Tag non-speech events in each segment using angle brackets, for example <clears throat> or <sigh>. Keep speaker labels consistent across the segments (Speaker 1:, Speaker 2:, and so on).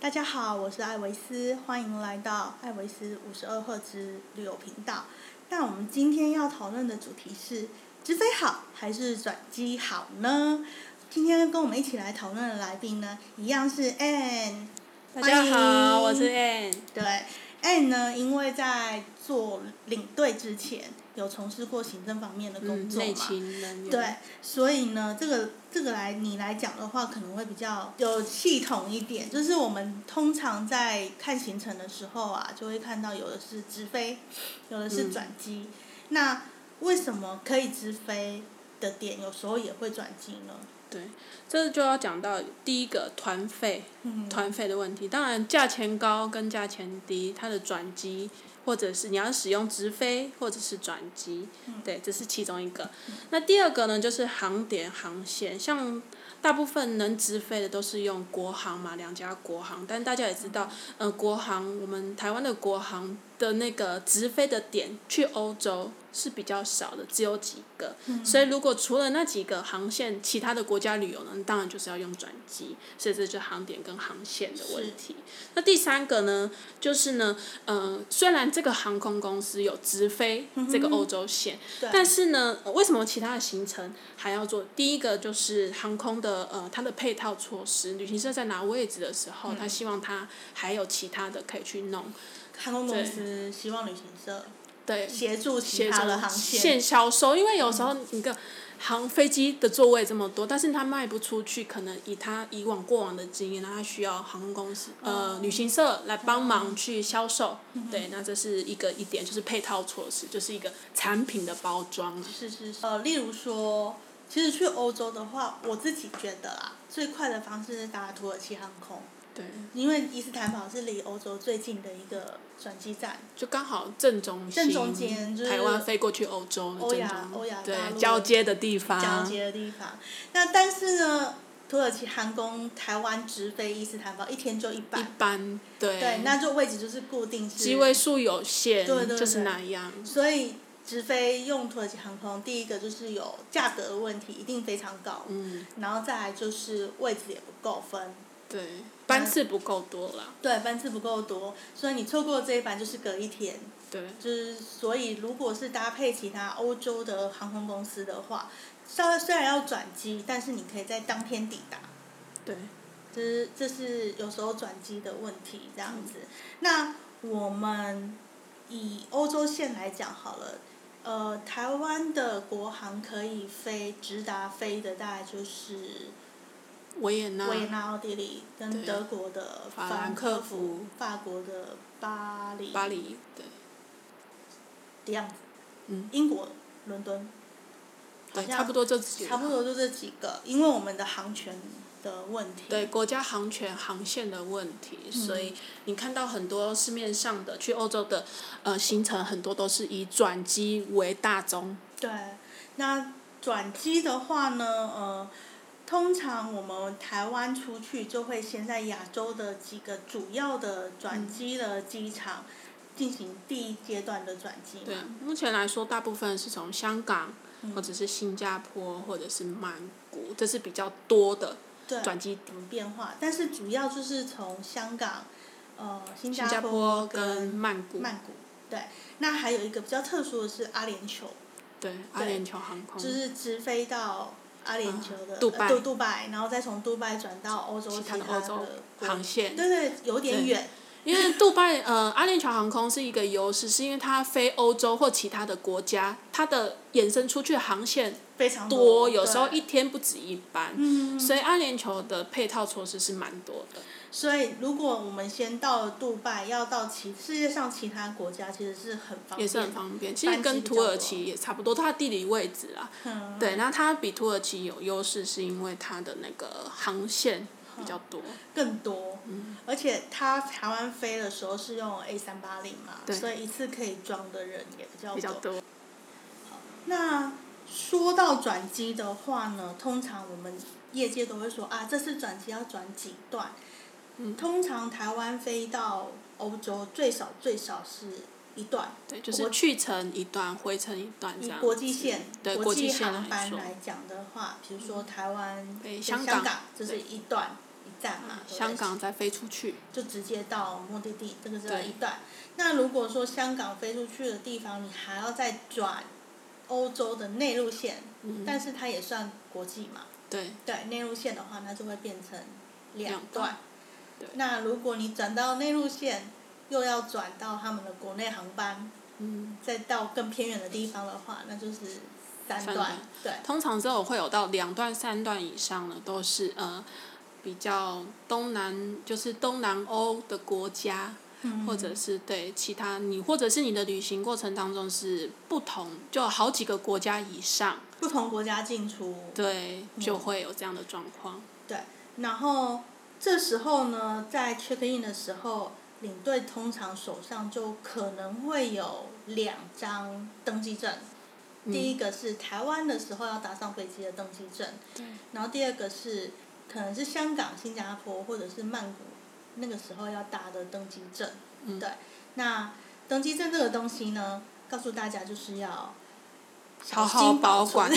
Speaker 1: 大家好，我是艾维斯，欢迎来到艾维斯五十二赫兹旅游频道。那我们今天要讨论的主题是直飞好还是转机好呢？今天跟我们一起来讨论的来宾呢，一样是 Anne。
Speaker 2: 大家好，我是 Ann。
Speaker 1: 对，Anne 呢，因为在做领队之前，有从事过行政方面的嗯工作嘛，
Speaker 2: 嗯内勤人员。
Speaker 1: 对，所以呢，这个这个来你来讲的话，可能会比较有系统一点。就是我们通常在看行程的时候啊，就会看到有的是直飞，有的
Speaker 2: 嗯
Speaker 1: 是转机。那为什么可以直飞的点，有时候也会转机呢？
Speaker 2: 对，这就要讲到第一个团费，
Speaker 1: 嗯，
Speaker 2: 团费的问题。当然，价钱高跟价钱低，它的转机或者是你要使用直飞或者是转机，
Speaker 1: 嗯
Speaker 2: 对，这是其中一个。那第二个呢，就是航点航线，像大部分能直飞的都是用国航嘛，两家国航。但大家也知道，呃，国航我们台湾的国航的那个直飞的点去欧洲是比较少的，只有几个。所以如果除了那几个航线，其他的国家旅游呢，当然就是要用转机。所以这就是航点跟航线的问题。那第三个呢，就是呢，呃，虽然这个航空公司有直飞这个欧洲线，
Speaker 1: 对
Speaker 2: 但是呢，呃为什么其他的行程还要做？第一个就是航空的呃，它的配套措施，旅行社在拿位置的时
Speaker 1: 嗯
Speaker 2: 候，他希望他还有其他的可以去弄，
Speaker 1: 航空公司希望旅行社
Speaker 2: 对，
Speaker 1: 协助其
Speaker 2: 协
Speaker 1: 他
Speaker 2: 助
Speaker 1: 的航线，
Speaker 2: 线销售，因为有时候一个航飞机的座位这么多，但是他卖不出去，可能以他以往过往的经验，那他需要航空公司
Speaker 1: 哦
Speaker 2: 呃旅行社来帮忙去销售，
Speaker 1: 嗯
Speaker 2: 对，那这是一个一点，就是配套措施，就是一个产品的包装啊。
Speaker 1: 是是是呃，例如说，其实去欧洲的话，我自己觉得啦，最快的方式是搭土耳其航空。
Speaker 2: 对，
Speaker 1: 因为伊斯坦堡是离欧洲最近的一个转机站，
Speaker 2: 就刚好正中心，
Speaker 1: 正中间就是
Speaker 2: 台湾飞过去欧洲的
Speaker 1: 欧亚
Speaker 2: 正中
Speaker 1: 欧亚大陆
Speaker 2: 对交接的地方，
Speaker 1: 交接的地方。那但是呢，土耳其航空台湾直飞伊斯坦堡一天就一
Speaker 2: 一
Speaker 1: 班，
Speaker 2: 般对
Speaker 1: 对，那就位置就是固定是
Speaker 2: 机位数有限，
Speaker 1: 对对对
Speaker 2: 就是那样。
Speaker 1: 所以直飞用土耳其航空，第一个就是有价格的问题，一定非常高，
Speaker 2: 嗯，
Speaker 1: 然后再来就是位置也不够分，
Speaker 2: 对，班次不够多啦，
Speaker 1: 对，班次不够多，所以你错过这一班就是隔一天，
Speaker 2: 对，
Speaker 1: 就是所以，如果是搭配其他欧洲的航空公司的话，虽然虽然要转机，但是你可以在当天抵达，
Speaker 2: 对，
Speaker 1: 这是这是有时候转机的问题这样子。那我们以欧洲线来讲好了，呃，台湾的国航可以飞直达飞的大概就是
Speaker 2: 维也纳
Speaker 1: 维也纳、奥地利跟
Speaker 2: 对
Speaker 1: 德国的法
Speaker 2: 法
Speaker 1: 兰
Speaker 2: 啊兰
Speaker 1: 克
Speaker 2: 克
Speaker 1: 福
Speaker 2: 福、
Speaker 1: 法国的巴黎、
Speaker 2: 巴黎，对，
Speaker 1: 的样子，
Speaker 2: 嗯
Speaker 1: 英国伦敦。
Speaker 2: 对，
Speaker 1: 好像
Speaker 2: 差不多这几个
Speaker 1: 差不多就这几个，因为我们的航权的问题。
Speaker 2: 对国家航权航线的问题，
Speaker 1: 嗯
Speaker 2: 所以你看到很多市面上的去欧洲的呃行程，很多都是以转机为大宗。
Speaker 1: 对那转机的话呢，呃，通常我们台湾出去就会先在亚洲的几个主要的
Speaker 2: 嗯
Speaker 1: 转机的机场进行第一阶段的转机
Speaker 2: 对
Speaker 1: 嘛。，
Speaker 2: 目前来说，大部分是从香港
Speaker 1: 嗯
Speaker 2: 或者是新加坡或者是曼谷，这是比较多的
Speaker 1: 对，
Speaker 2: 转机点。
Speaker 1: 变化，但是主要就是从香港、呃新
Speaker 2: 新加
Speaker 1: 坡
Speaker 2: 坡跟曼谷，
Speaker 1: 曼谷。对，那还有一个比较特殊的是阿联酋。
Speaker 2: 对阿联酋航空，
Speaker 1: 就是直飞到阿联酋的、
Speaker 2: 嗯杜拜
Speaker 1: 呃杜拜，然后再从杜拜转到欧洲
Speaker 2: 其他
Speaker 1: 的
Speaker 2: 的欧洲
Speaker 1: 国
Speaker 2: 航线。
Speaker 1: 对对，有点
Speaker 2: 对
Speaker 1: 远，
Speaker 2: 因为杜拜呃阿联酋航空是一个优势，是因为它飞欧洲或其他的国家，它的衍生出去的航线
Speaker 1: 非常
Speaker 2: 多，有时候
Speaker 1: 对
Speaker 2: 一天不止一班，
Speaker 1: 嗯，
Speaker 2: 所以阿联酋的配套措施是蛮多的。
Speaker 1: 所以如果我们先到了杜拜，要到其世界上其他国家，其实是很方便，
Speaker 2: 也是很方便，其实
Speaker 1: 班机
Speaker 2: 跟
Speaker 1: 比
Speaker 2: 土
Speaker 1: 较
Speaker 2: 耳
Speaker 1: 多
Speaker 2: 其也差不多，它的地理位置啦。
Speaker 1: 嗯
Speaker 2: 对，那它比土耳其有优势，是因为它的那个航线比较多。
Speaker 1: 更多，
Speaker 2: 嗯
Speaker 1: 而且它台湾飞的时候是用 A 三八零嘛，
Speaker 2: 对
Speaker 1: 所以一次可以装的人也比较
Speaker 2: 比较
Speaker 1: 多
Speaker 2: 多，
Speaker 1: 那说到转机的话呢，通常我们业界都会说啊，这次转机要转几段。
Speaker 2: 嗯
Speaker 1: 通常台湾飞到欧洲最少最少是一段，
Speaker 2: 对，就是去程一段，回程一段这
Speaker 1: 以
Speaker 2: 样子。
Speaker 1: 国际线、
Speaker 2: 对
Speaker 1: 国
Speaker 2: 国际线
Speaker 1: 航班
Speaker 2: 来说
Speaker 1: 来讲的话，比如说台湾
Speaker 2: 飞
Speaker 1: 飞
Speaker 2: 香
Speaker 1: 港
Speaker 2: 港，嗯
Speaker 1: 这是一段，一站嘛，对不对
Speaker 2: 香港再飞出去，
Speaker 1: 就直接到目的地，这个是
Speaker 2: 对
Speaker 1: 一段。那如果说香港飞出去的地方，你还要再转欧洲的内陆线，
Speaker 2: 嗯，
Speaker 1: 但是它也算国际嘛，
Speaker 2: 对，
Speaker 1: 对内陆线的话，那就会变成两
Speaker 2: 两段
Speaker 1: 段。
Speaker 2: 对
Speaker 1: 那如果你转到内陆线，又要转到他们的国内航班，
Speaker 2: 嗯，
Speaker 1: 再到更偏远的地方的话，那就是三
Speaker 2: 三
Speaker 1: 段。
Speaker 2: 段
Speaker 1: 对，
Speaker 2: 通常之后会有到两段、三段以上的都是呃比较东南，就是东南欧的国家，
Speaker 1: 嗯
Speaker 2: 或者是对其他你或者是你的旅行过程当中是不同，就好几个国家以上，
Speaker 1: 不同国家进出。
Speaker 2: 对，
Speaker 1: 嗯
Speaker 2: 就会有这样的状况。
Speaker 1: 然后这时候呢，在 check in 的时候，领队通常手上就可能会有两张登机证。
Speaker 2: 嗯
Speaker 1: 第一个是台湾的时候要搭上飞机的登机证，
Speaker 2: 对，
Speaker 1: 然后第二个是可能是香港、新加坡或者是曼谷那个时候要搭的登机证。
Speaker 2: 嗯
Speaker 1: 对，那登机证这个东西呢，告诉大家就是要
Speaker 2: 好
Speaker 1: 小
Speaker 2: 好
Speaker 1: 心
Speaker 2: 保
Speaker 1: 存
Speaker 2: 管，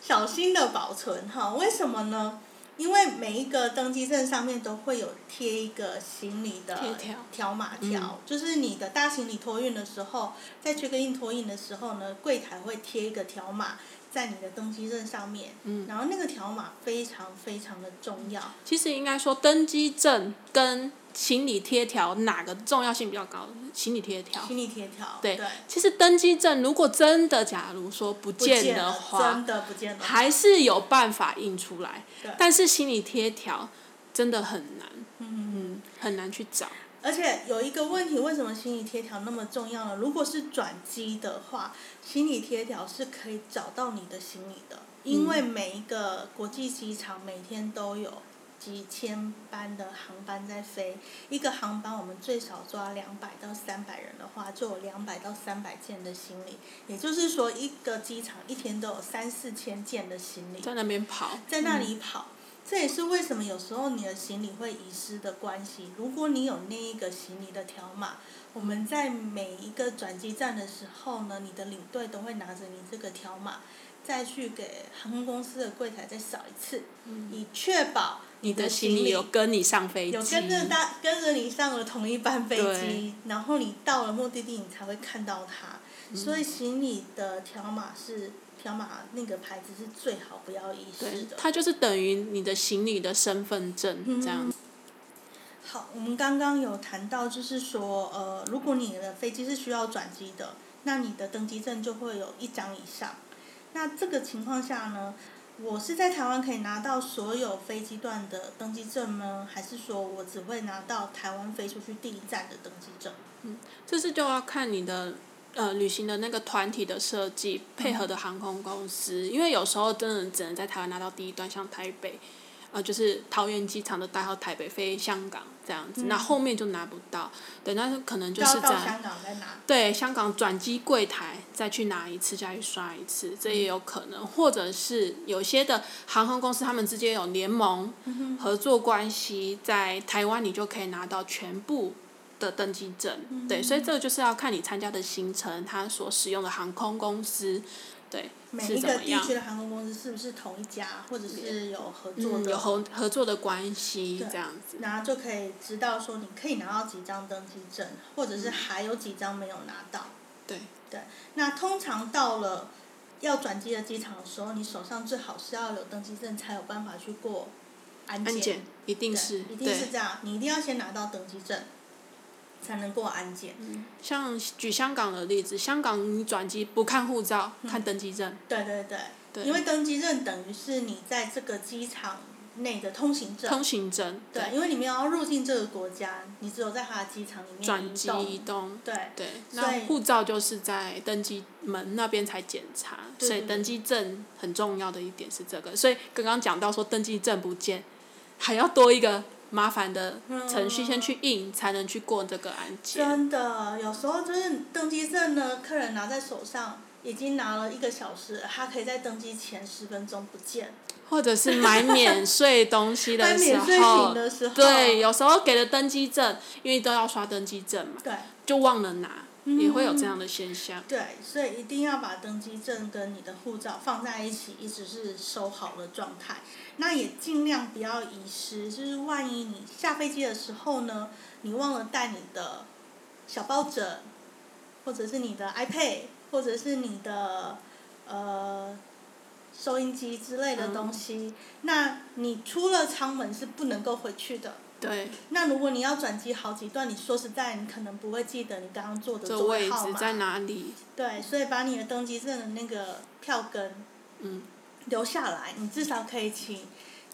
Speaker 1: 小心的保存哈。为什么呢？因为每一个登机证上面都会有贴一个行李的
Speaker 2: 贴条
Speaker 1: 条码条，
Speaker 2: 嗯
Speaker 1: 就是你的大行李托运的时候，在 check in 托运的时候呢，柜台会贴一个条码在你的登机证上面，
Speaker 2: 嗯哦
Speaker 1: 然后那个条码非常非常的重要。
Speaker 2: 其实应该说，登机证跟行李贴条哪个重要性比较高？行李贴条。
Speaker 1: 行李贴条，
Speaker 2: 对其实登机证如果真的假如说不
Speaker 1: 不见
Speaker 2: 见的话
Speaker 1: 真，的不见了，
Speaker 2: 还是有办法印出来
Speaker 1: 对。
Speaker 2: 但是行李贴条真的很难，
Speaker 1: 嗯。哎
Speaker 2: 嗯，很难去找。
Speaker 1: 而且有一个问题，为什么行李贴条那么重要呢？如果是转机的话，行李贴条是可以找到你的行李的，因为每一个国际机场每天都有几千班的航班在飞，一个航班我们最少抓两百到三百人的话，就有两百到三百件的行李，也就是说一个机场一天都有三四千件的行李。
Speaker 2: 在那边跑，
Speaker 1: 在那
Speaker 2: 嗯
Speaker 1: 里跑。这也是为什么有时候你的行李会遗失的关系。如果你有那一个行李的条码，我们在每一个转机站的时候呢，你的领队都会拿着你这个条码，再去给航空公司的柜台再扫一次，以确保
Speaker 2: 嗯你的
Speaker 1: 行
Speaker 2: 行李有跟你上飞机，
Speaker 1: 有跟着大跟着你上了同一班飞
Speaker 2: 对
Speaker 1: 机，然后你到了目的地，你才会看到它。
Speaker 2: 嗯
Speaker 1: 所以行李的条码是条码那个牌子是最好不要遗失
Speaker 2: 对
Speaker 1: 的，。
Speaker 2: 它就是等于你的行李的身份证
Speaker 1: 嗯
Speaker 2: 这样。
Speaker 1: 好，我们刚刚有谈到，就是说，呃，如果你的飞机是需要转机的，那你的登机证就会有一张以上。那这个情况下呢，我是在台湾可以拿到所有飞机段的登机证呢，还是说我只会拿到台湾飞出去第一站的登机证？
Speaker 2: 这是就要看你的呃旅行的那个团体的设计，配合的航空公司，因为有时候真的只能在台湾拿到第一段，像台北，呃，就是桃园机场的代号台北飞香港这样子，那后面就拿不到，对，那是可能就是
Speaker 1: 要到
Speaker 2: 在
Speaker 1: 香港再拿。
Speaker 2: 对香港转机柜台再去拿一次，再去刷一次，这也有可能，或者是有些的航空公司他们之间有联盟合作关系，在台湾你就可以拿到全部的登机证，对，所以这个就是要看你参加的行程，它所使用的航空公司，对，
Speaker 1: 每
Speaker 2: 是
Speaker 1: 一
Speaker 2: 怎
Speaker 1: 个
Speaker 2: 么
Speaker 1: 地
Speaker 2: 样
Speaker 1: 区？的航空公司是不是同一家，或者是有合作
Speaker 2: 嗯，有
Speaker 1: 的？
Speaker 2: 合合作的关系
Speaker 1: 对
Speaker 2: 这样子，
Speaker 1: 然后就可以知道说你可以拿到几张登机证，或者是还有几张没有拿到。
Speaker 2: 对
Speaker 1: 对，那通常到了要转机的机场的时候，你手上最好是要有登机证，才有办法去过安
Speaker 2: 安检一定
Speaker 1: 对
Speaker 2: 是
Speaker 1: 一定是
Speaker 2: 对。
Speaker 1: 这样，你一定要先拿到登机证，才能过安检。
Speaker 2: 嗯像举香港的例子，香港你转机不看护照，
Speaker 1: 嗯
Speaker 2: 看登机证，
Speaker 1: 对对对，
Speaker 2: 对
Speaker 1: 因为登机证等于是你在这个机场内的通行证。
Speaker 2: 通行证，
Speaker 1: 对，，因为你们要入境这个国家，你只有在它的机场里面
Speaker 2: 转
Speaker 1: 移
Speaker 2: 机
Speaker 1: 动
Speaker 2: 移动，
Speaker 1: 对，
Speaker 2: 对，
Speaker 1: 所以
Speaker 2: 那护照就是在登机门那边才检查，
Speaker 1: 对
Speaker 2: 所以
Speaker 1: 对对
Speaker 2: 登机证很重要的一点是这个。所以刚刚讲到说登机证不见，还要多一个麻烦的程序，先去印才能去过这个安检。
Speaker 1: 真的，有时候就是登机证呢，客人拿在手上，已经拿了一个小时了，他可以在登机前十分钟不见。
Speaker 2: 或者是买免税东西
Speaker 1: 买
Speaker 2: 的时
Speaker 1: 免税品
Speaker 2: 候，
Speaker 1: 的时候，
Speaker 2: 对，有时候给了登机证，因为都要刷登机证嘛，
Speaker 1: 对嗯
Speaker 2: 就忘了拿。也会有这样的现象。
Speaker 1: 对，所以一定要把登机证跟你的护照放在一起，一直是收好的状态。那也尽量不要遗失，就是万一你下飞机的时候呢，你忘了带你的小抱枕，或者是你的 iPad，或者是你的呃收音机之类的东西，那你出了舱门是不能够回去的。
Speaker 2: 对，
Speaker 1: 那如果你要转机好几段，你说实在，你可能不会记得你刚刚坐的
Speaker 2: 这
Speaker 1: 座
Speaker 2: 位
Speaker 1: 位号
Speaker 2: 置
Speaker 1: 码。
Speaker 2: 在哪里？
Speaker 1: 对，所以把你的登机证的那个票根
Speaker 2: 嗯，
Speaker 1: 留下来，你至少可以请。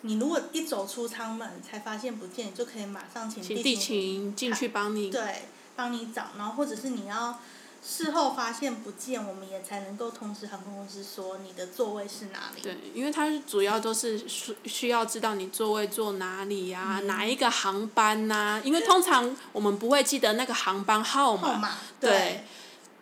Speaker 1: 你如果一走出舱门才发现不见，你就可以马上请
Speaker 2: 请地
Speaker 1: 勤
Speaker 2: 勤进去帮你。
Speaker 1: 对帮你找，然后或者是你要事后发现不见，我们也才能够通知航空公司说你的座位是哪里。
Speaker 2: 对，因为它主要都是需需要知道你座位坐哪里呀、
Speaker 1: 嗯
Speaker 2: 哪一个航班呐、因为通常我们不会记得那个航班号
Speaker 1: 号
Speaker 2: 码，
Speaker 1: 码
Speaker 2: 对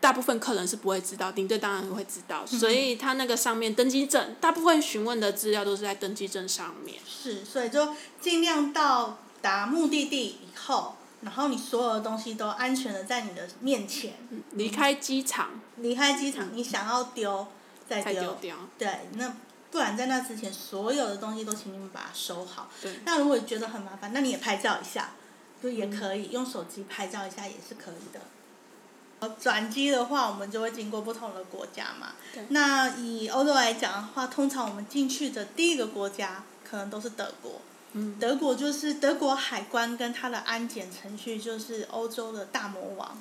Speaker 2: 大部分客人是不会知道，领队当然会知道，
Speaker 1: 嗯
Speaker 2: 所以他那个上面登机证，大部分询问的资料都是在登机证上面。
Speaker 1: 是，所以就尽量到达目的地以后，然后你所有的东西都安全的在你的面前。嗯
Speaker 2: 离开机场
Speaker 1: 离开机场，你想要丢再
Speaker 2: 才丢
Speaker 1: 丢，
Speaker 2: 掉， <laughs>
Speaker 1: 对，哦那不然在那之前，所有的东西都请你们把它收好。
Speaker 2: 对
Speaker 1: 那如果觉得很麻烦，那你也拍照一下，就也可
Speaker 2: 嗯
Speaker 1: 以、用手机拍照一下也是可以的。呃转机的话，我们就会经过不同的国家嘛
Speaker 2: 对。
Speaker 1: 那以欧洲来讲的话，通常我们进去的第一个国家可能都是德国。
Speaker 2: 嗯
Speaker 1: 德国就是德国海关跟它的安检程序就是欧洲的大魔王，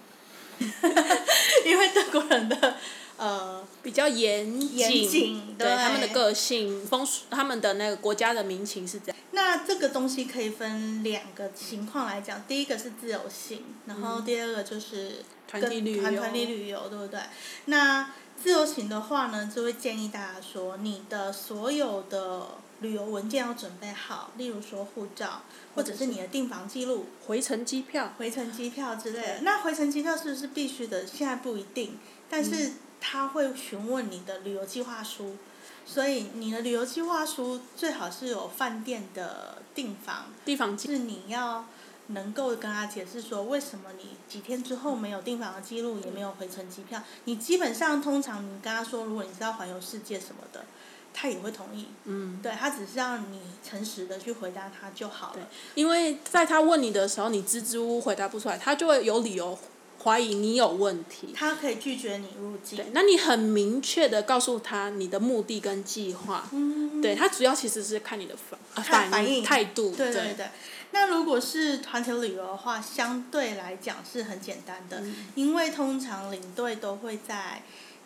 Speaker 1: 因为德国人的呃
Speaker 2: 比较严谨，
Speaker 1: 严谨
Speaker 2: 对
Speaker 1: 对
Speaker 2: 他们的个性、风俗、他们的那个国家的民情是这样。
Speaker 1: 那这个东西可以分两个情况来讲，第一个是自由行，然后第二个就是
Speaker 2: 团
Speaker 1: 跟
Speaker 2: 体旅游
Speaker 1: 团团体旅游，对不对？那自由行的话呢，就会建议大家说，你的所有的旅游文件要准备好，例如说护照，或者是你的订房记录、
Speaker 2: 回程机票，
Speaker 1: 回程机票之类的。那回程机票是不是必须的？现在不一定，但
Speaker 2: 嗯
Speaker 1: 是他会询问你的旅游计划书，所以你的旅游计划书最好是有饭店的订房，
Speaker 2: 地方机
Speaker 1: 是你要能够跟他解释说为什么你几天之后没有订房的记录，也没有回程机票。你基本上通常你跟他说，如果你是要环游世界什么的，他也会同意。
Speaker 2: 嗯，
Speaker 1: 对他只是让你诚实的去回答他就好
Speaker 2: 对
Speaker 1: 了。
Speaker 2: 因为在他问你的时候，你支支吾吾回答不出来，他就会有理由怀疑你有问题。
Speaker 1: 他可以拒绝你入境
Speaker 2: 对。，那你很明确的告诉他你的目的跟计划。嗯，对他主要其实是看你的反呃
Speaker 1: 看
Speaker 2: 反
Speaker 1: 反应
Speaker 2: 态度，
Speaker 1: 对对对。那如果是团体旅游的话，相对来讲是很简单的，因为通常领队都会在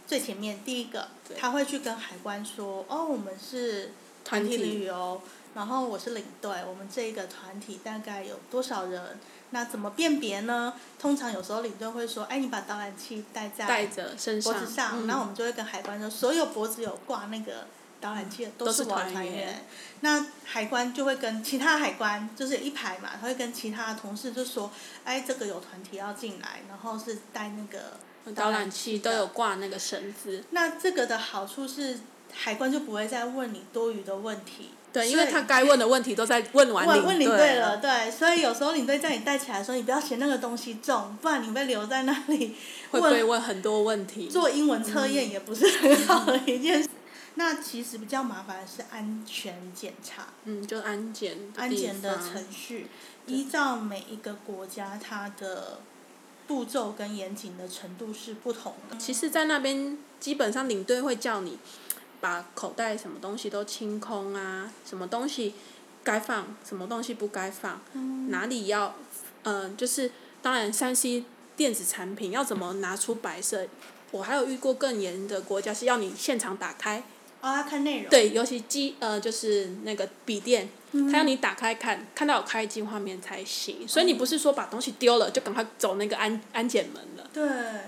Speaker 1: 最前面。第一个
Speaker 2: 对，
Speaker 1: 他会去跟海关说：“哦，我们是团体
Speaker 2: 团体
Speaker 1: 旅游，然后我是领队，我们这个团体大概有多少人？那怎么辨别呢？通常有时候领队会说：‘哎，你把导览器带在
Speaker 2: 带着身
Speaker 1: 脖
Speaker 2: 上，
Speaker 1: 子上，
Speaker 2: 嗯
Speaker 1: 然后我们就会跟海关说，所有脖子有挂那个导览器的都是我的
Speaker 2: 都是
Speaker 1: 团
Speaker 2: 团员
Speaker 1: 员。那海关就会跟其他海关就是一排嘛，他会跟其他的同事就说，哎，这个有团体要进来，然后是带那个
Speaker 2: 导览器都有挂那个绳子。
Speaker 1: 那这个的好处是，海关就不会再问你多余的问题。
Speaker 2: 对，因
Speaker 1: 所以
Speaker 2: 为他该问的问题都在问完
Speaker 1: 问问领队
Speaker 2: 队
Speaker 1: 了，。对，所以有时候领队叫你带起来的时候，你不要嫌那个东西重，不然你被留在那里
Speaker 2: 会被问很多问题。
Speaker 1: 做英文测验也不是
Speaker 2: 嗯
Speaker 1: 很好的一件事。那其实比较麻烦的是安全检查，
Speaker 2: 嗯，就安检
Speaker 1: 安检的
Speaker 2: 地方
Speaker 1: 程序，依照每一个国家它的步骤跟严谨的程度是不同的。
Speaker 2: 其实，在那边基本上领队会叫你把口袋什么东西都清空啊，什么东西该放，什么东西不该放，哪里要，嗯、就是当然三 C 电子产品要怎么拿出摆设。我还有遇过更严的国家是要你现场打开，
Speaker 1: 哦，要看内容。
Speaker 2: 对，尤其机呃就是那个笔电，它要你打开看，看到有开机画面才行。所以你不是说把东西丢了就赶快走那个安安检门了。
Speaker 1: 对，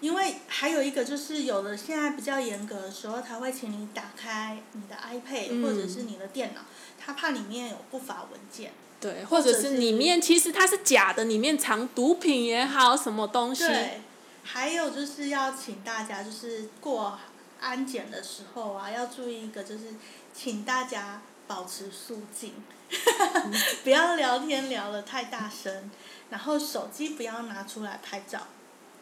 Speaker 1: 因为还有一个就是，有的现在比较严格的时候，他会请你打开你的 iPad、
Speaker 2: 嗯
Speaker 1: 或者是你的电脑，他怕里面有不法文件。
Speaker 2: 对，或者
Speaker 1: 者是
Speaker 2: 是里面其实它是假的，里面藏毒品也好，什么东西，
Speaker 1: 对，还有就是要请大家就是过安检的时候啊，要注意一个就是，请大家保持肃静，不要聊天聊得太大声，然后手机不要拿出来拍照。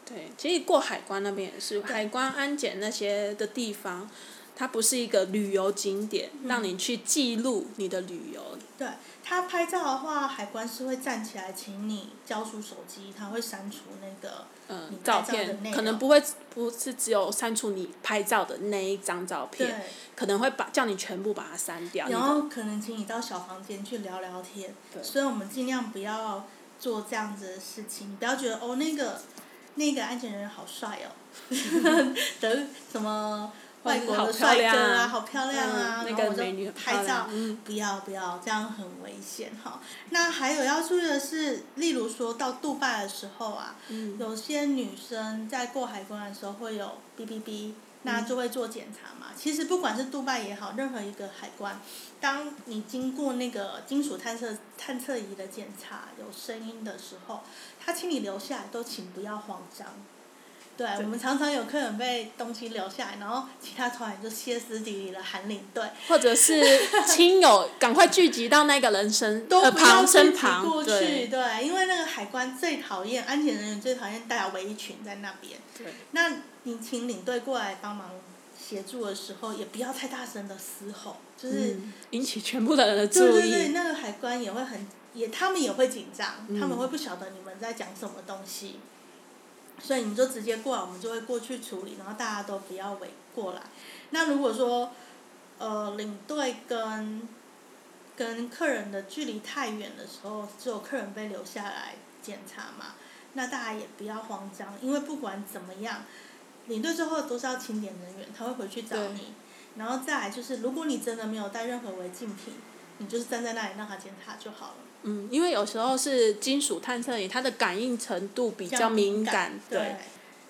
Speaker 2: 对，其实过海关那边也是，
Speaker 1: 对
Speaker 2: 海关安检那些的地方，它不是一个旅游景点，
Speaker 1: 嗯
Speaker 2: 让你去记录你的旅游。
Speaker 1: 对他拍照的话，海关是会站起来，请你交出手机，他会删除那个。
Speaker 2: 嗯
Speaker 1: 你，拍
Speaker 2: 照
Speaker 1: 照的
Speaker 2: 片
Speaker 1: 内
Speaker 2: 可能
Speaker 1: 容
Speaker 2: 不会不是只有删除你拍照的那一张照片，
Speaker 1: 对，
Speaker 2: 可能会把叫你全部把它删掉。你
Speaker 1: 然
Speaker 2: 的
Speaker 1: 后可能请你到小房间去聊聊天。
Speaker 2: 对
Speaker 1: 所以我们尽量不要做这样子的事情，你不要觉得哦那个那个安检人员好帅哦， <laughs> 得什么外国的帅哥啊，好漂亮啊，然
Speaker 2: 嗯那
Speaker 1: 后我
Speaker 2: 个
Speaker 1: 就
Speaker 2: 美女很漂
Speaker 1: 拍照
Speaker 2: 亮，。嗯，
Speaker 1: 不要不要，这样很危险哈。那还有要注意的是，例如说到杜拜的时候啊，
Speaker 2: 嗯
Speaker 1: 有些女生在过海关的时候会有哔哔哔，那就会做检查嘛。其实不管是杜拜也好，任何一个海关，当你经过那个金属探测探测仪的检查有声音的时候，他请你留下来，都请不要慌张。对，
Speaker 2: 对
Speaker 1: 我们常常有客人被东西留下来，然后其他团员就歇斯底里的喊领队，
Speaker 2: 或者
Speaker 1: <laughs>
Speaker 2: 是亲友赶快聚集到那个人身
Speaker 1: 都
Speaker 2: 呃
Speaker 1: 不要
Speaker 2: 旁
Speaker 1: 自
Speaker 2: 身
Speaker 1: 己
Speaker 2: 旁，
Speaker 1: 过去，
Speaker 2: 对
Speaker 1: 对，因为那个海关最讨厌，安检人员最讨厌大家围一群在那边。
Speaker 2: 对，
Speaker 1: 那你请领队过来帮忙协助的时候，也不要太大声的嘶吼，就是、
Speaker 2: 嗯，引起全部的人的
Speaker 1: 对
Speaker 2: 注
Speaker 1: 对对，
Speaker 2: 意。
Speaker 1: 那个海关也会很也，他们也会紧张，
Speaker 2: 嗯
Speaker 1: 他们会不晓得你们在讲什么东西，所以你们就直接过来，我们就会过去处理，然后大家都不要围过来。那如果说呃领队跟跟客人的距离太远的时候，只有客人被留下来检查嘛，那大家也不要慌张，因为不管怎么样，领队最后都是要清点人员，他会回去找
Speaker 2: 对
Speaker 1: 你。然后再来就是，如果你真的没有带任何违禁品，你就是站在那里让他检查就好了。
Speaker 2: 嗯，因为有时候是金属探测仪，它的感应程度比较敏感，
Speaker 1: 对。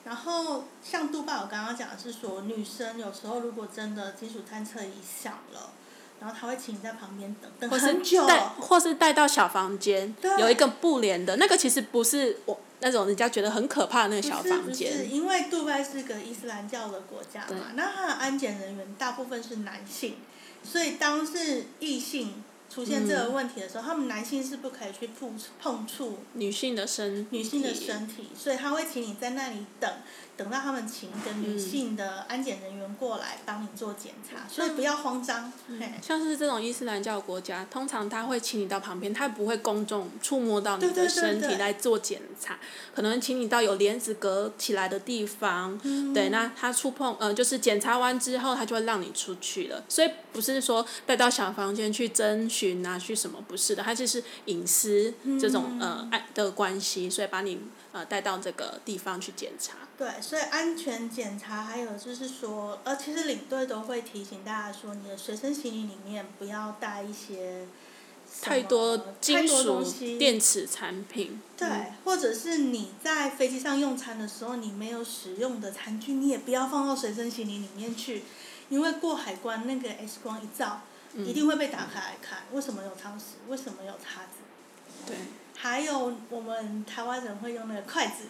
Speaker 1: 然后像杜拜，我刚刚讲的是说，女生有时候如果真的金属探测仪响了，然后他会请你在旁边等等
Speaker 2: 或
Speaker 1: 很久
Speaker 2: 是，带，或是带到小房间
Speaker 1: 对，
Speaker 2: 有一个布帘的那个，其实不是我那种人家觉得很可怕的那个小房
Speaker 1: 不是不
Speaker 2: 间
Speaker 1: 是，，因为杜拜是个伊斯兰教的国家
Speaker 2: 对
Speaker 1: 嘛，那它的安检人员大部分是男性，所以当是异性出现这
Speaker 2: 嗯
Speaker 1: 个问题的时候，他们男性是不可以去碰碰触
Speaker 2: 女性的身，
Speaker 1: 女性的，身体，所以他会请你在那里等，等到他们请一个
Speaker 2: 嗯
Speaker 1: 女性的安检人员过来帮你做检查，所以不要慌张。嘿
Speaker 2: 像是这种伊斯兰教国家，通常他会请你到旁边，他不会公众触摸到你
Speaker 1: 对对对
Speaker 2: 的身
Speaker 1: 对
Speaker 2: 体来做检查，可能请你到有帘子隔起来的地方，
Speaker 1: 嗯
Speaker 2: 对，那他触碰，呃，就是检查完之后，他就会让你出去了。所以不是说带到小房间去征询啊，去什么不是的，他就是隐私
Speaker 1: 嗯
Speaker 2: 这种、呃爱的关系，所以把你呃带到这个地方去检查。
Speaker 1: 对，所以安全检查还有就是说，呃，其实领队都会提醒大家说，你的随身行李里面不要带一些什么
Speaker 2: 太多金
Speaker 1: 太多
Speaker 2: 属
Speaker 1: 东西、
Speaker 2: 电子嗯产品，
Speaker 1: 对，或者是你在飞机上用餐的时候，你没有使用的餐具，你也不要放到随身行李里面去，因为过海关那个 X 光一照，
Speaker 2: 嗯
Speaker 1: 一定会被打开来看，为什么有汤匙，为什么有叉子。
Speaker 2: 对，
Speaker 1: 还有我们台湾人会用那个筷子，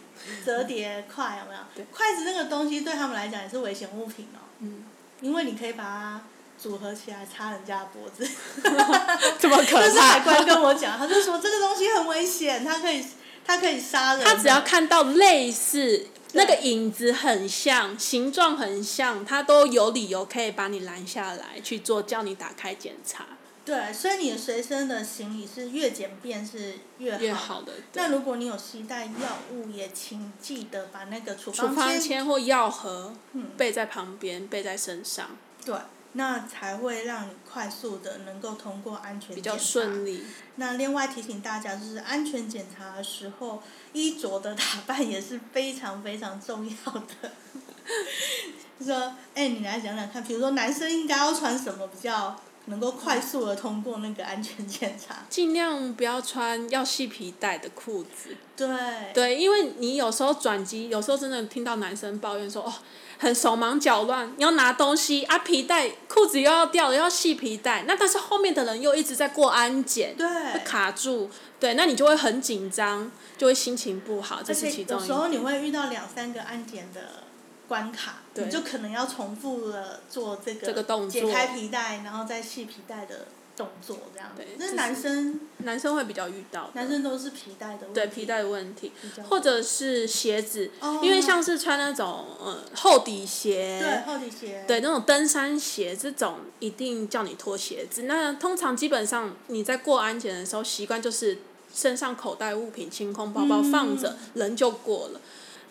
Speaker 1: 折叠筷有没有
Speaker 2: 对？
Speaker 1: 筷子那个东西对他们来讲也是危险物品哦，
Speaker 2: 嗯，
Speaker 1: 因为你可以把它组合起来插人家的脖子。
Speaker 2: <laughs> 这么可
Speaker 1: 这是海
Speaker 2: 怕。
Speaker 1: 关跟我讲，他就说这个东西很危险，它可以它可以杀人的。
Speaker 2: <laughs> 他只要看到类似那个影子很像，形状很像，他都有理由可以把你拦下来去做，叫你打开检查
Speaker 1: 对，所以你的随身的行李是越简便是越好。
Speaker 2: 越好的。
Speaker 1: 那
Speaker 2: 对
Speaker 1: 如果你有携带药物，也请记得把那个处
Speaker 2: 处方
Speaker 1: 签
Speaker 2: 签或药盒
Speaker 1: 嗯
Speaker 2: 备在旁边，备在身上
Speaker 1: 对，那才会让你快速的能够通过安全
Speaker 2: 比较
Speaker 1: 检查
Speaker 2: 顺利。
Speaker 1: 那另外提醒大家，就是安全检查的时候，衣着的打扮也是非常非常重要的。 <laughs> 就说，哎、你来讲讲看，比如说男生应该要穿什么比较能够快速的通过那个安全检查？ <laughs>
Speaker 2: 尽量不要穿要系皮带的裤子，
Speaker 1: 对，
Speaker 2: 对，因为你有时候转机，有时候真的听到男生抱怨说，哦，很手忙脚乱，要拿东西啊，皮带裤子又要掉了，又要系皮带，那但是后面的人又一直在过安检，
Speaker 1: 对
Speaker 2: 会卡住，对，那你就会很紧张，就会心情不好，这
Speaker 1: 而
Speaker 2: 是
Speaker 1: 且
Speaker 2: 其中
Speaker 1: 有
Speaker 2: 一
Speaker 1: 时候你会遇到两三个安检的关卡，
Speaker 2: 对
Speaker 1: 你就可能要重复的做这个
Speaker 2: 这个动作
Speaker 1: 解开皮带，然后再系皮带的动作，这样
Speaker 2: 对
Speaker 1: 那
Speaker 2: 这是
Speaker 1: 男生
Speaker 2: 男生会比较遇到的，
Speaker 1: 男生都是皮带的问题，
Speaker 2: 对皮带的问题，
Speaker 1: 比较
Speaker 2: 或者是鞋子，
Speaker 1: 哦
Speaker 2: 因为像是穿那种呃厚底鞋，
Speaker 1: 对厚底鞋，
Speaker 2: 哦对，那种登山鞋这种一定叫你脱鞋子。那通常基本上你在过安检的时候，习惯就是身上口袋物品清空，包包放着，人就过了。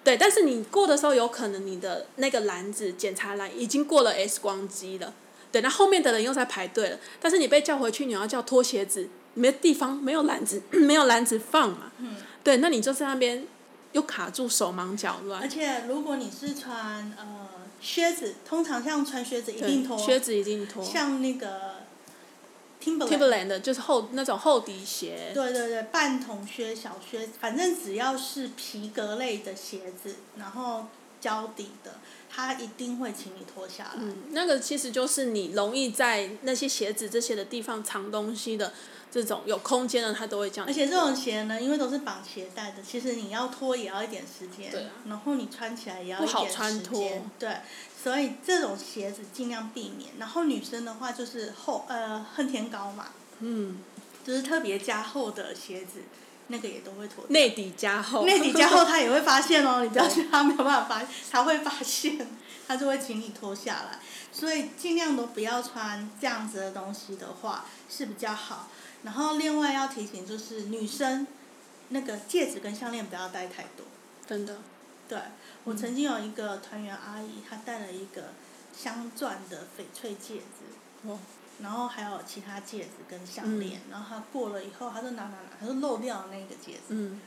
Speaker 2: 对，但是你过的时候，有可能你的那个篮子检查栏已经过了 X 光机了，对，那后面的人又在排队了，但是你被叫回去，你要叫脱鞋子，没地方，没有篮子， <clears throat> 没有篮子放嘛，对，那你就在那边又卡住手忙脚乱
Speaker 1: 而，且如果你是穿呃靴子，通常像穿靴子一定脱，
Speaker 2: 对靴子一定脱，
Speaker 1: 啊像那个 Timberland，
Speaker 2: Timberland 的就是厚那种厚底鞋，
Speaker 1: 对对对，半筒靴、小靴，反正只要是皮革类的鞋子，然后胶底的，它一定会请你脱下来。
Speaker 2: 嗯，那个其实就是你容易在那些鞋子这些的地方藏东西的这种有空间的，它都会这样。
Speaker 1: 而且这种鞋呢，因为都是绑鞋带的，其实你要脱也要一点时间，
Speaker 2: 对啊
Speaker 1: 然后你穿起来也要
Speaker 2: 不
Speaker 1: 一
Speaker 2: 好
Speaker 1: 点时
Speaker 2: 穿脱
Speaker 1: 间，对，所以这种鞋子尽量避免。然后女生的话就是厚呃恨天高嘛，
Speaker 2: 嗯，
Speaker 1: 就是特别加厚的鞋子，那个也都会脱。
Speaker 2: 内底加厚，
Speaker 1: 内底加厚，他也会发现哦，你不要去，他没有办法发，他会发现，他就会请你脱下来。所以尽量都不要穿这样子的东西的话是比较好。然后另外要提醒就是女生，那个戒指跟项链不要戴太多。
Speaker 2: 真的，
Speaker 1: 对我曾经有一个团员阿姨，她戴了一个镶钻的翡翠戒指，
Speaker 2: 哦，
Speaker 1: 然后还有其他戒指跟项链，然后她过了以后，她就拿拿拿，她就漏掉了那个戒指。
Speaker 2: 嗯，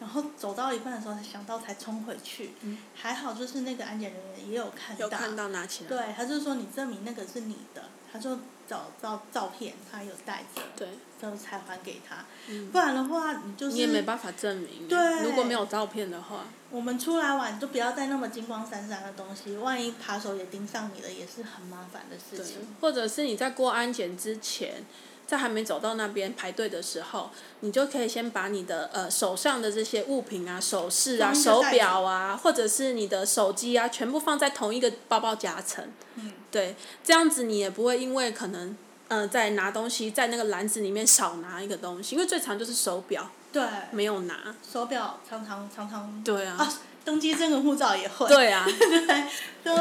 Speaker 1: 然后走到一半的时候才想到才冲回去，
Speaker 2: 嗯
Speaker 1: 还好就是那个安检人员也有看到，
Speaker 2: 有看到拿起来，
Speaker 1: 对，他就说你证明那个是你的，他就找照照片，他有带着，
Speaker 2: 对，
Speaker 1: 之后才还给他，
Speaker 2: 嗯
Speaker 1: 不然的话你就
Speaker 2: 你也没
Speaker 1: 是
Speaker 2: 办法证明，
Speaker 1: 对
Speaker 2: 如果没有照片的话，
Speaker 1: 我们出来玩就不要带那么金光闪闪的东西，万一扒手也盯上你了，也是很麻烦的
Speaker 2: 对
Speaker 1: 事情。，
Speaker 2: 或者是你在过安检之前。在还没走到那边排队的时候，你就可以先把你的呃手上的这些物品啊、首饰
Speaker 1: 装
Speaker 2: 啊、
Speaker 1: 一个
Speaker 2: 手
Speaker 1: 袋子
Speaker 2: 表啊，或者是你的手机啊，全部放在同一个包包夹层。
Speaker 1: 嗯，
Speaker 2: 对，这样子你也不会因为可能，呃，在拿东西在那个篮子里面少拿一个东西，因为最常就是手表
Speaker 1: 对，
Speaker 2: 没有拿。
Speaker 1: 手表常常常常
Speaker 2: 对啊，
Speaker 1: 啊，登机证跟护照也会，
Speaker 2: 对
Speaker 1: <laughs>
Speaker 2: 啊，
Speaker 1: 都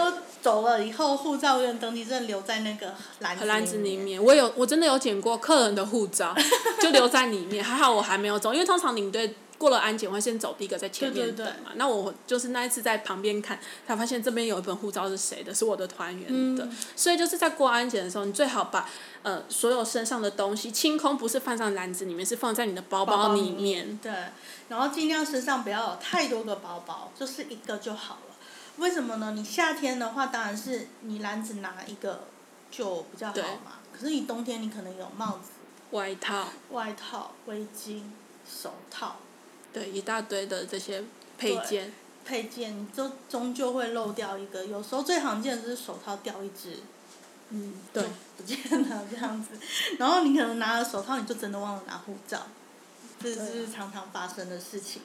Speaker 1: 走了以后，护照跟登机证留在那个篮子
Speaker 2: 篮子里面，我有我真的有捡过客人的护
Speaker 1: <laughs>
Speaker 2: 照，就留在里面，还好我还没有走，因为通常领队。过了安检会先走第一个，在前
Speaker 1: 对
Speaker 2: 面
Speaker 1: 对对
Speaker 2: 等嘛。那我就是那一次在旁边看，才发现这边有一本护照是谁的，是我的团员的。
Speaker 1: 嗯
Speaker 2: 所以就是在过安检的时候，你最好把呃所有身上的东西清空，不是放上篮子里面，是放在你的包
Speaker 1: 包包
Speaker 2: 里
Speaker 1: 里
Speaker 2: 面。
Speaker 1: 对，然后尽量身上不要有太多个包包，就是一个就好了。为什么呢？你夏天的话，当然是你篮子拿一个就比较好
Speaker 2: 对
Speaker 1: 嘛。可是你冬天，你可能有帽子、
Speaker 2: 外套，
Speaker 1: 外套、围巾、手套
Speaker 2: 对，一大堆的这些配件，
Speaker 1: 配件，你就终究会漏掉一个。有时候最常见的就是手套掉一只，
Speaker 2: 嗯，对
Speaker 1: 就，不见了这样子。然后你可能拿了手套，你就真的忘了拿护照，这
Speaker 2: 对啊
Speaker 1: 是常常发生的事情。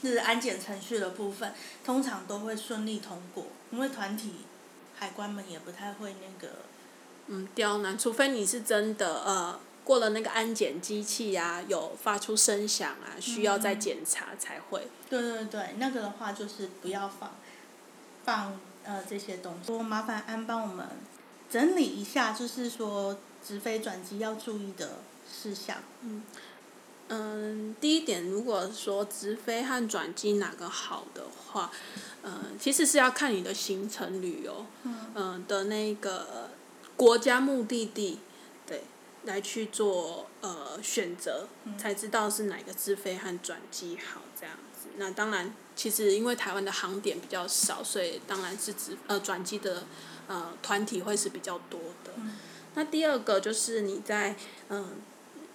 Speaker 1: 这是安检程序的部分，通常都会顺利通过，因为团体海关们也不太会那个。
Speaker 2: 嗯，刁难，除非你是真的呃过了那个安检机器呀、有发出声响啊，需要再检查才会。
Speaker 1: 对对对，那个的话就是不要放，放呃这些东西。我麻烦安帮我们整理一下，就是说直飞转机要注意的事项。
Speaker 2: 嗯，第一点，如果说直飞和转机哪个好的话，嗯、其实是要看你的行程旅游，
Speaker 1: 嗯
Speaker 2: 嗯、的那个国家目的地，对，来去做呃选择，才知道是哪个直飞和转机好这样子。那当然，其实因为台湾的航点比较少，所以当然是直呃转机的呃团体会是比较多的。
Speaker 1: 嗯
Speaker 2: 那第二个就是你在嗯、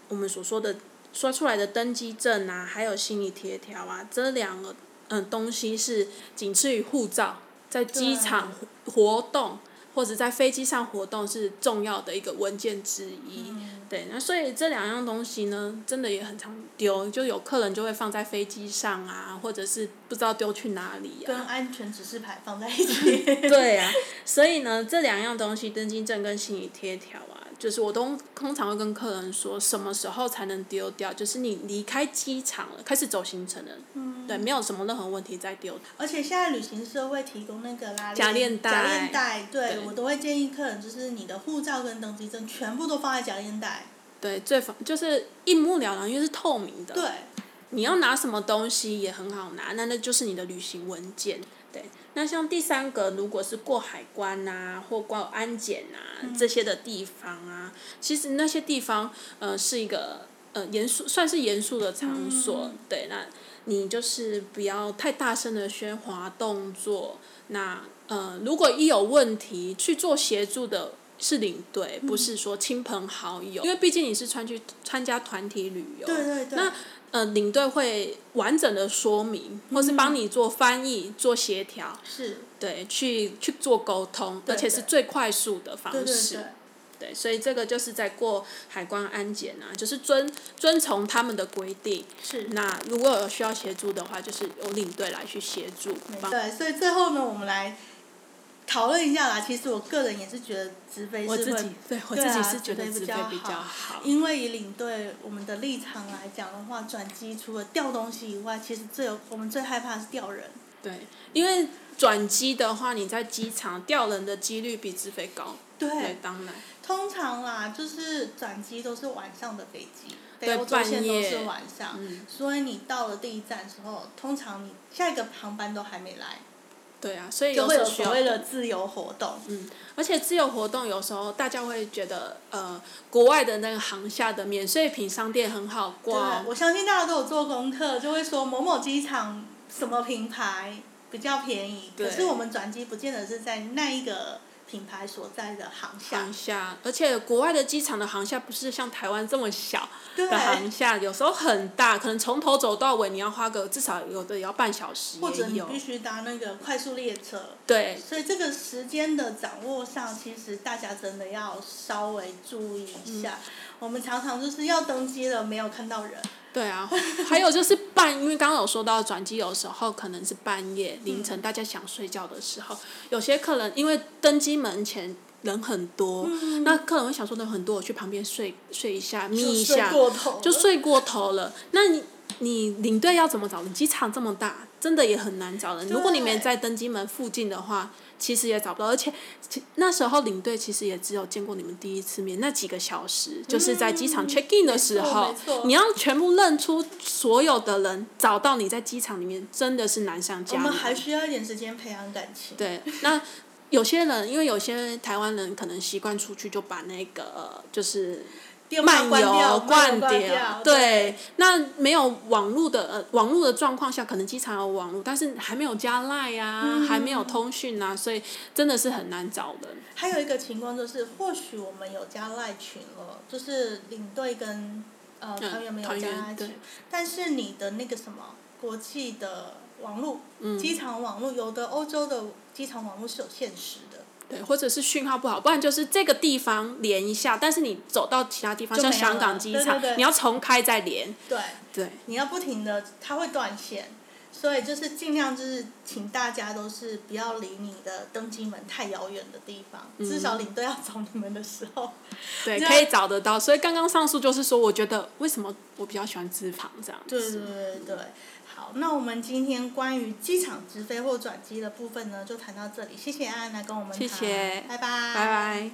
Speaker 2: 我们所说的说出来的登机证啊，还有心理贴条啊，这两个嗯东西是仅次于护照，在机场活动或者在飞机上活动是重要的一个文件之一。
Speaker 1: 嗯
Speaker 2: 对，那所以这两样东西呢，真的也很常丢，就有客人就会放在飞机上啊，或者是不知道丢去哪里
Speaker 1: 跟
Speaker 2: 啊。
Speaker 1: 安全指示
Speaker 2: <laughs>
Speaker 1: 牌放在一起。
Speaker 2: 对啊，所以呢，这两样东西，登机证跟行李贴条啊，就是我都通常会跟客人说，什么时候才能丢掉？就是你离开机场了，开始走行程了，对，没有什么任何问题再丢。
Speaker 1: 而且现在旅行社会提供那个拉链
Speaker 2: 夹链袋
Speaker 1: 夹链袋，对
Speaker 2: 对
Speaker 1: 我都会建议客人，就是你的护照跟登机证全部都放在夹链袋。
Speaker 2: 对，最方就是一目了然，因为是透明的。
Speaker 1: 对，
Speaker 2: 你要拿什么东西也很好拿，那那就是你的旅行文件。对，那像第三个，如果是过海关啊，或过安检啊、这些的地方啊，其实那些地方呃是一个呃严肃，算是严肃的场所。
Speaker 1: 嗯
Speaker 2: 对，那你就是不要太大声的喧哗动作。那呃，如果一有问题去做协助的。是领队，不是说亲朋好友，因为毕竟你是穿去参加团体旅游，
Speaker 1: 对对对。
Speaker 2: 那呃，领队会完整的说明，或
Speaker 1: 嗯
Speaker 2: 是帮你做翻译、做协调，
Speaker 1: 是，
Speaker 2: 对，去去做沟通，
Speaker 1: 对
Speaker 2: 而且是最快速的方
Speaker 1: 对对
Speaker 2: 式。
Speaker 1: 对。
Speaker 2: 对所以这个就是在过海关安检啊，就是遵遵从他们的规定。
Speaker 1: 是，
Speaker 2: 那如果有需要协助的话，就是由领队来去协助。帮
Speaker 1: 对，所以最后呢，我们来讨论一下啦。其实我个人也是觉得直飞
Speaker 2: 我
Speaker 1: 是
Speaker 2: 自
Speaker 1: 会
Speaker 2: 己，对我
Speaker 1: 对
Speaker 2: 自己
Speaker 1: 啊
Speaker 2: 是觉得
Speaker 1: 直飞
Speaker 2: 直
Speaker 1: 比
Speaker 2: 飞
Speaker 1: 较
Speaker 2: 比较
Speaker 1: 好
Speaker 2: 好。
Speaker 1: 因为以领队我们的立场来讲的话，转机除了掉东西以外，其实最有我们最害怕的是掉人。
Speaker 2: 对，因为转机的话，你在机场调人的几率比直飞高。对，当然。
Speaker 1: 通常啦，就是转机都是晚上的飞机，
Speaker 2: 对
Speaker 1: 北欧中线
Speaker 2: 半
Speaker 1: 都
Speaker 2: 夜
Speaker 1: 是晚上，
Speaker 2: 嗯，
Speaker 1: 所以你到了第一站之后，通常你下一个航班都还没来，
Speaker 2: 对啊，所以
Speaker 1: 就
Speaker 2: 有
Speaker 1: 会
Speaker 2: 时
Speaker 1: 有
Speaker 2: 候需
Speaker 1: 所
Speaker 2: 要嗯
Speaker 1: 谓的自由活动。
Speaker 2: 而且自由活动有时候大家会觉得，呃，国外的那个航厦的免税品商店很好逛
Speaker 1: 对，，我相信大家都有做功课，就会说某某机场什么品牌比较便宜，
Speaker 2: 对
Speaker 1: 可是我们转机不见得是在那一个品牌所在的航厦，
Speaker 2: 航厦，而且国外的机场的航厦不是像台湾这么小
Speaker 1: 对
Speaker 2: 的，航厦，有时候很大，可能从头走到尾你要花个至少有的也要半小时
Speaker 1: 或者
Speaker 2: 也
Speaker 1: 你
Speaker 2: 有
Speaker 1: 必，须搭那个快速列车。
Speaker 2: 对
Speaker 1: 所以这个时间的掌握上，其实大家真的要稍微注意一下。
Speaker 2: 嗯
Speaker 1: 我们常常就是要登机了，没有看到人，
Speaker 2: 对啊，还有就是半，因为刚刚有说到转机，有时候可能是半夜凌晨大家想睡觉的时候，有些客人因为登机门前人很多，那客人会想说人很多，我去旁边睡睡一下，眯一
Speaker 1: 就睡
Speaker 2: 下，
Speaker 1: 过头了，
Speaker 2: 就睡过头了。那你你领队要怎么找人？机场这么大，真的也很难找人。
Speaker 1: 对
Speaker 2: 如果你没在登机门附近的话，其实也找不到。而且其那时候领队其实也只有见过你们第一次面那几个小时，就是在机场 check in 的时候
Speaker 1: 嗯没错，
Speaker 2: 你要全部认出所有的人，找到你在机场里面真的是难上加
Speaker 1: 我们
Speaker 2: 难。
Speaker 1: 还需要一点时间培养感情。
Speaker 2: 对，那有些人因为有些台湾人可能习惯出去就把那个呃就是
Speaker 1: 电话
Speaker 2: 漫
Speaker 1: 关
Speaker 2: 游
Speaker 1: 掉，漫游关
Speaker 2: 掉
Speaker 1: 掉，，
Speaker 2: 对，那没有网络的呃网络的状况下，可能机场有网络，但是还没有加 Line 啊，
Speaker 1: 嗯
Speaker 2: 还没有通讯啊，所以真的是很难找人。
Speaker 1: 还有一个情况就是，或许我们有加赖群了，就是领队跟呃
Speaker 2: 嗯
Speaker 1: 团员没有
Speaker 2: 团
Speaker 1: 加
Speaker 2: 员
Speaker 1: 赖群
Speaker 2: 对，
Speaker 1: 但是你的那个什么国际的网络，
Speaker 2: 嗯
Speaker 1: 机场网络，有的欧洲的机场网络是有限时的，
Speaker 2: 对，或者是讯号不好，不然就是这个地方连一下，但是你走到其他地方，
Speaker 1: 就
Speaker 2: 像
Speaker 1: 没有
Speaker 2: 香港
Speaker 1: 了
Speaker 2: 机
Speaker 1: 对
Speaker 2: 场，
Speaker 1: 对对
Speaker 2: 你要重开再连。
Speaker 1: 对，
Speaker 2: 对，
Speaker 1: 你要不停的，它会断线，所以就是尽量就是请大家都是不要离你的登机门太遥远的地方，至少领队要找你们的时候，
Speaker 2: 对，
Speaker 1: 那
Speaker 2: 可以找得到。所以刚刚上述就是说，我觉得为什么我比较喜欢资房这样子。
Speaker 1: <laughs> 对对对对。好，那我们今天关于机场直飞或转机的部分呢，就谈到这里。谢谢安安来跟我们谈，
Speaker 2: 谢谢
Speaker 1: 拜拜，拜
Speaker 2: 拜拜。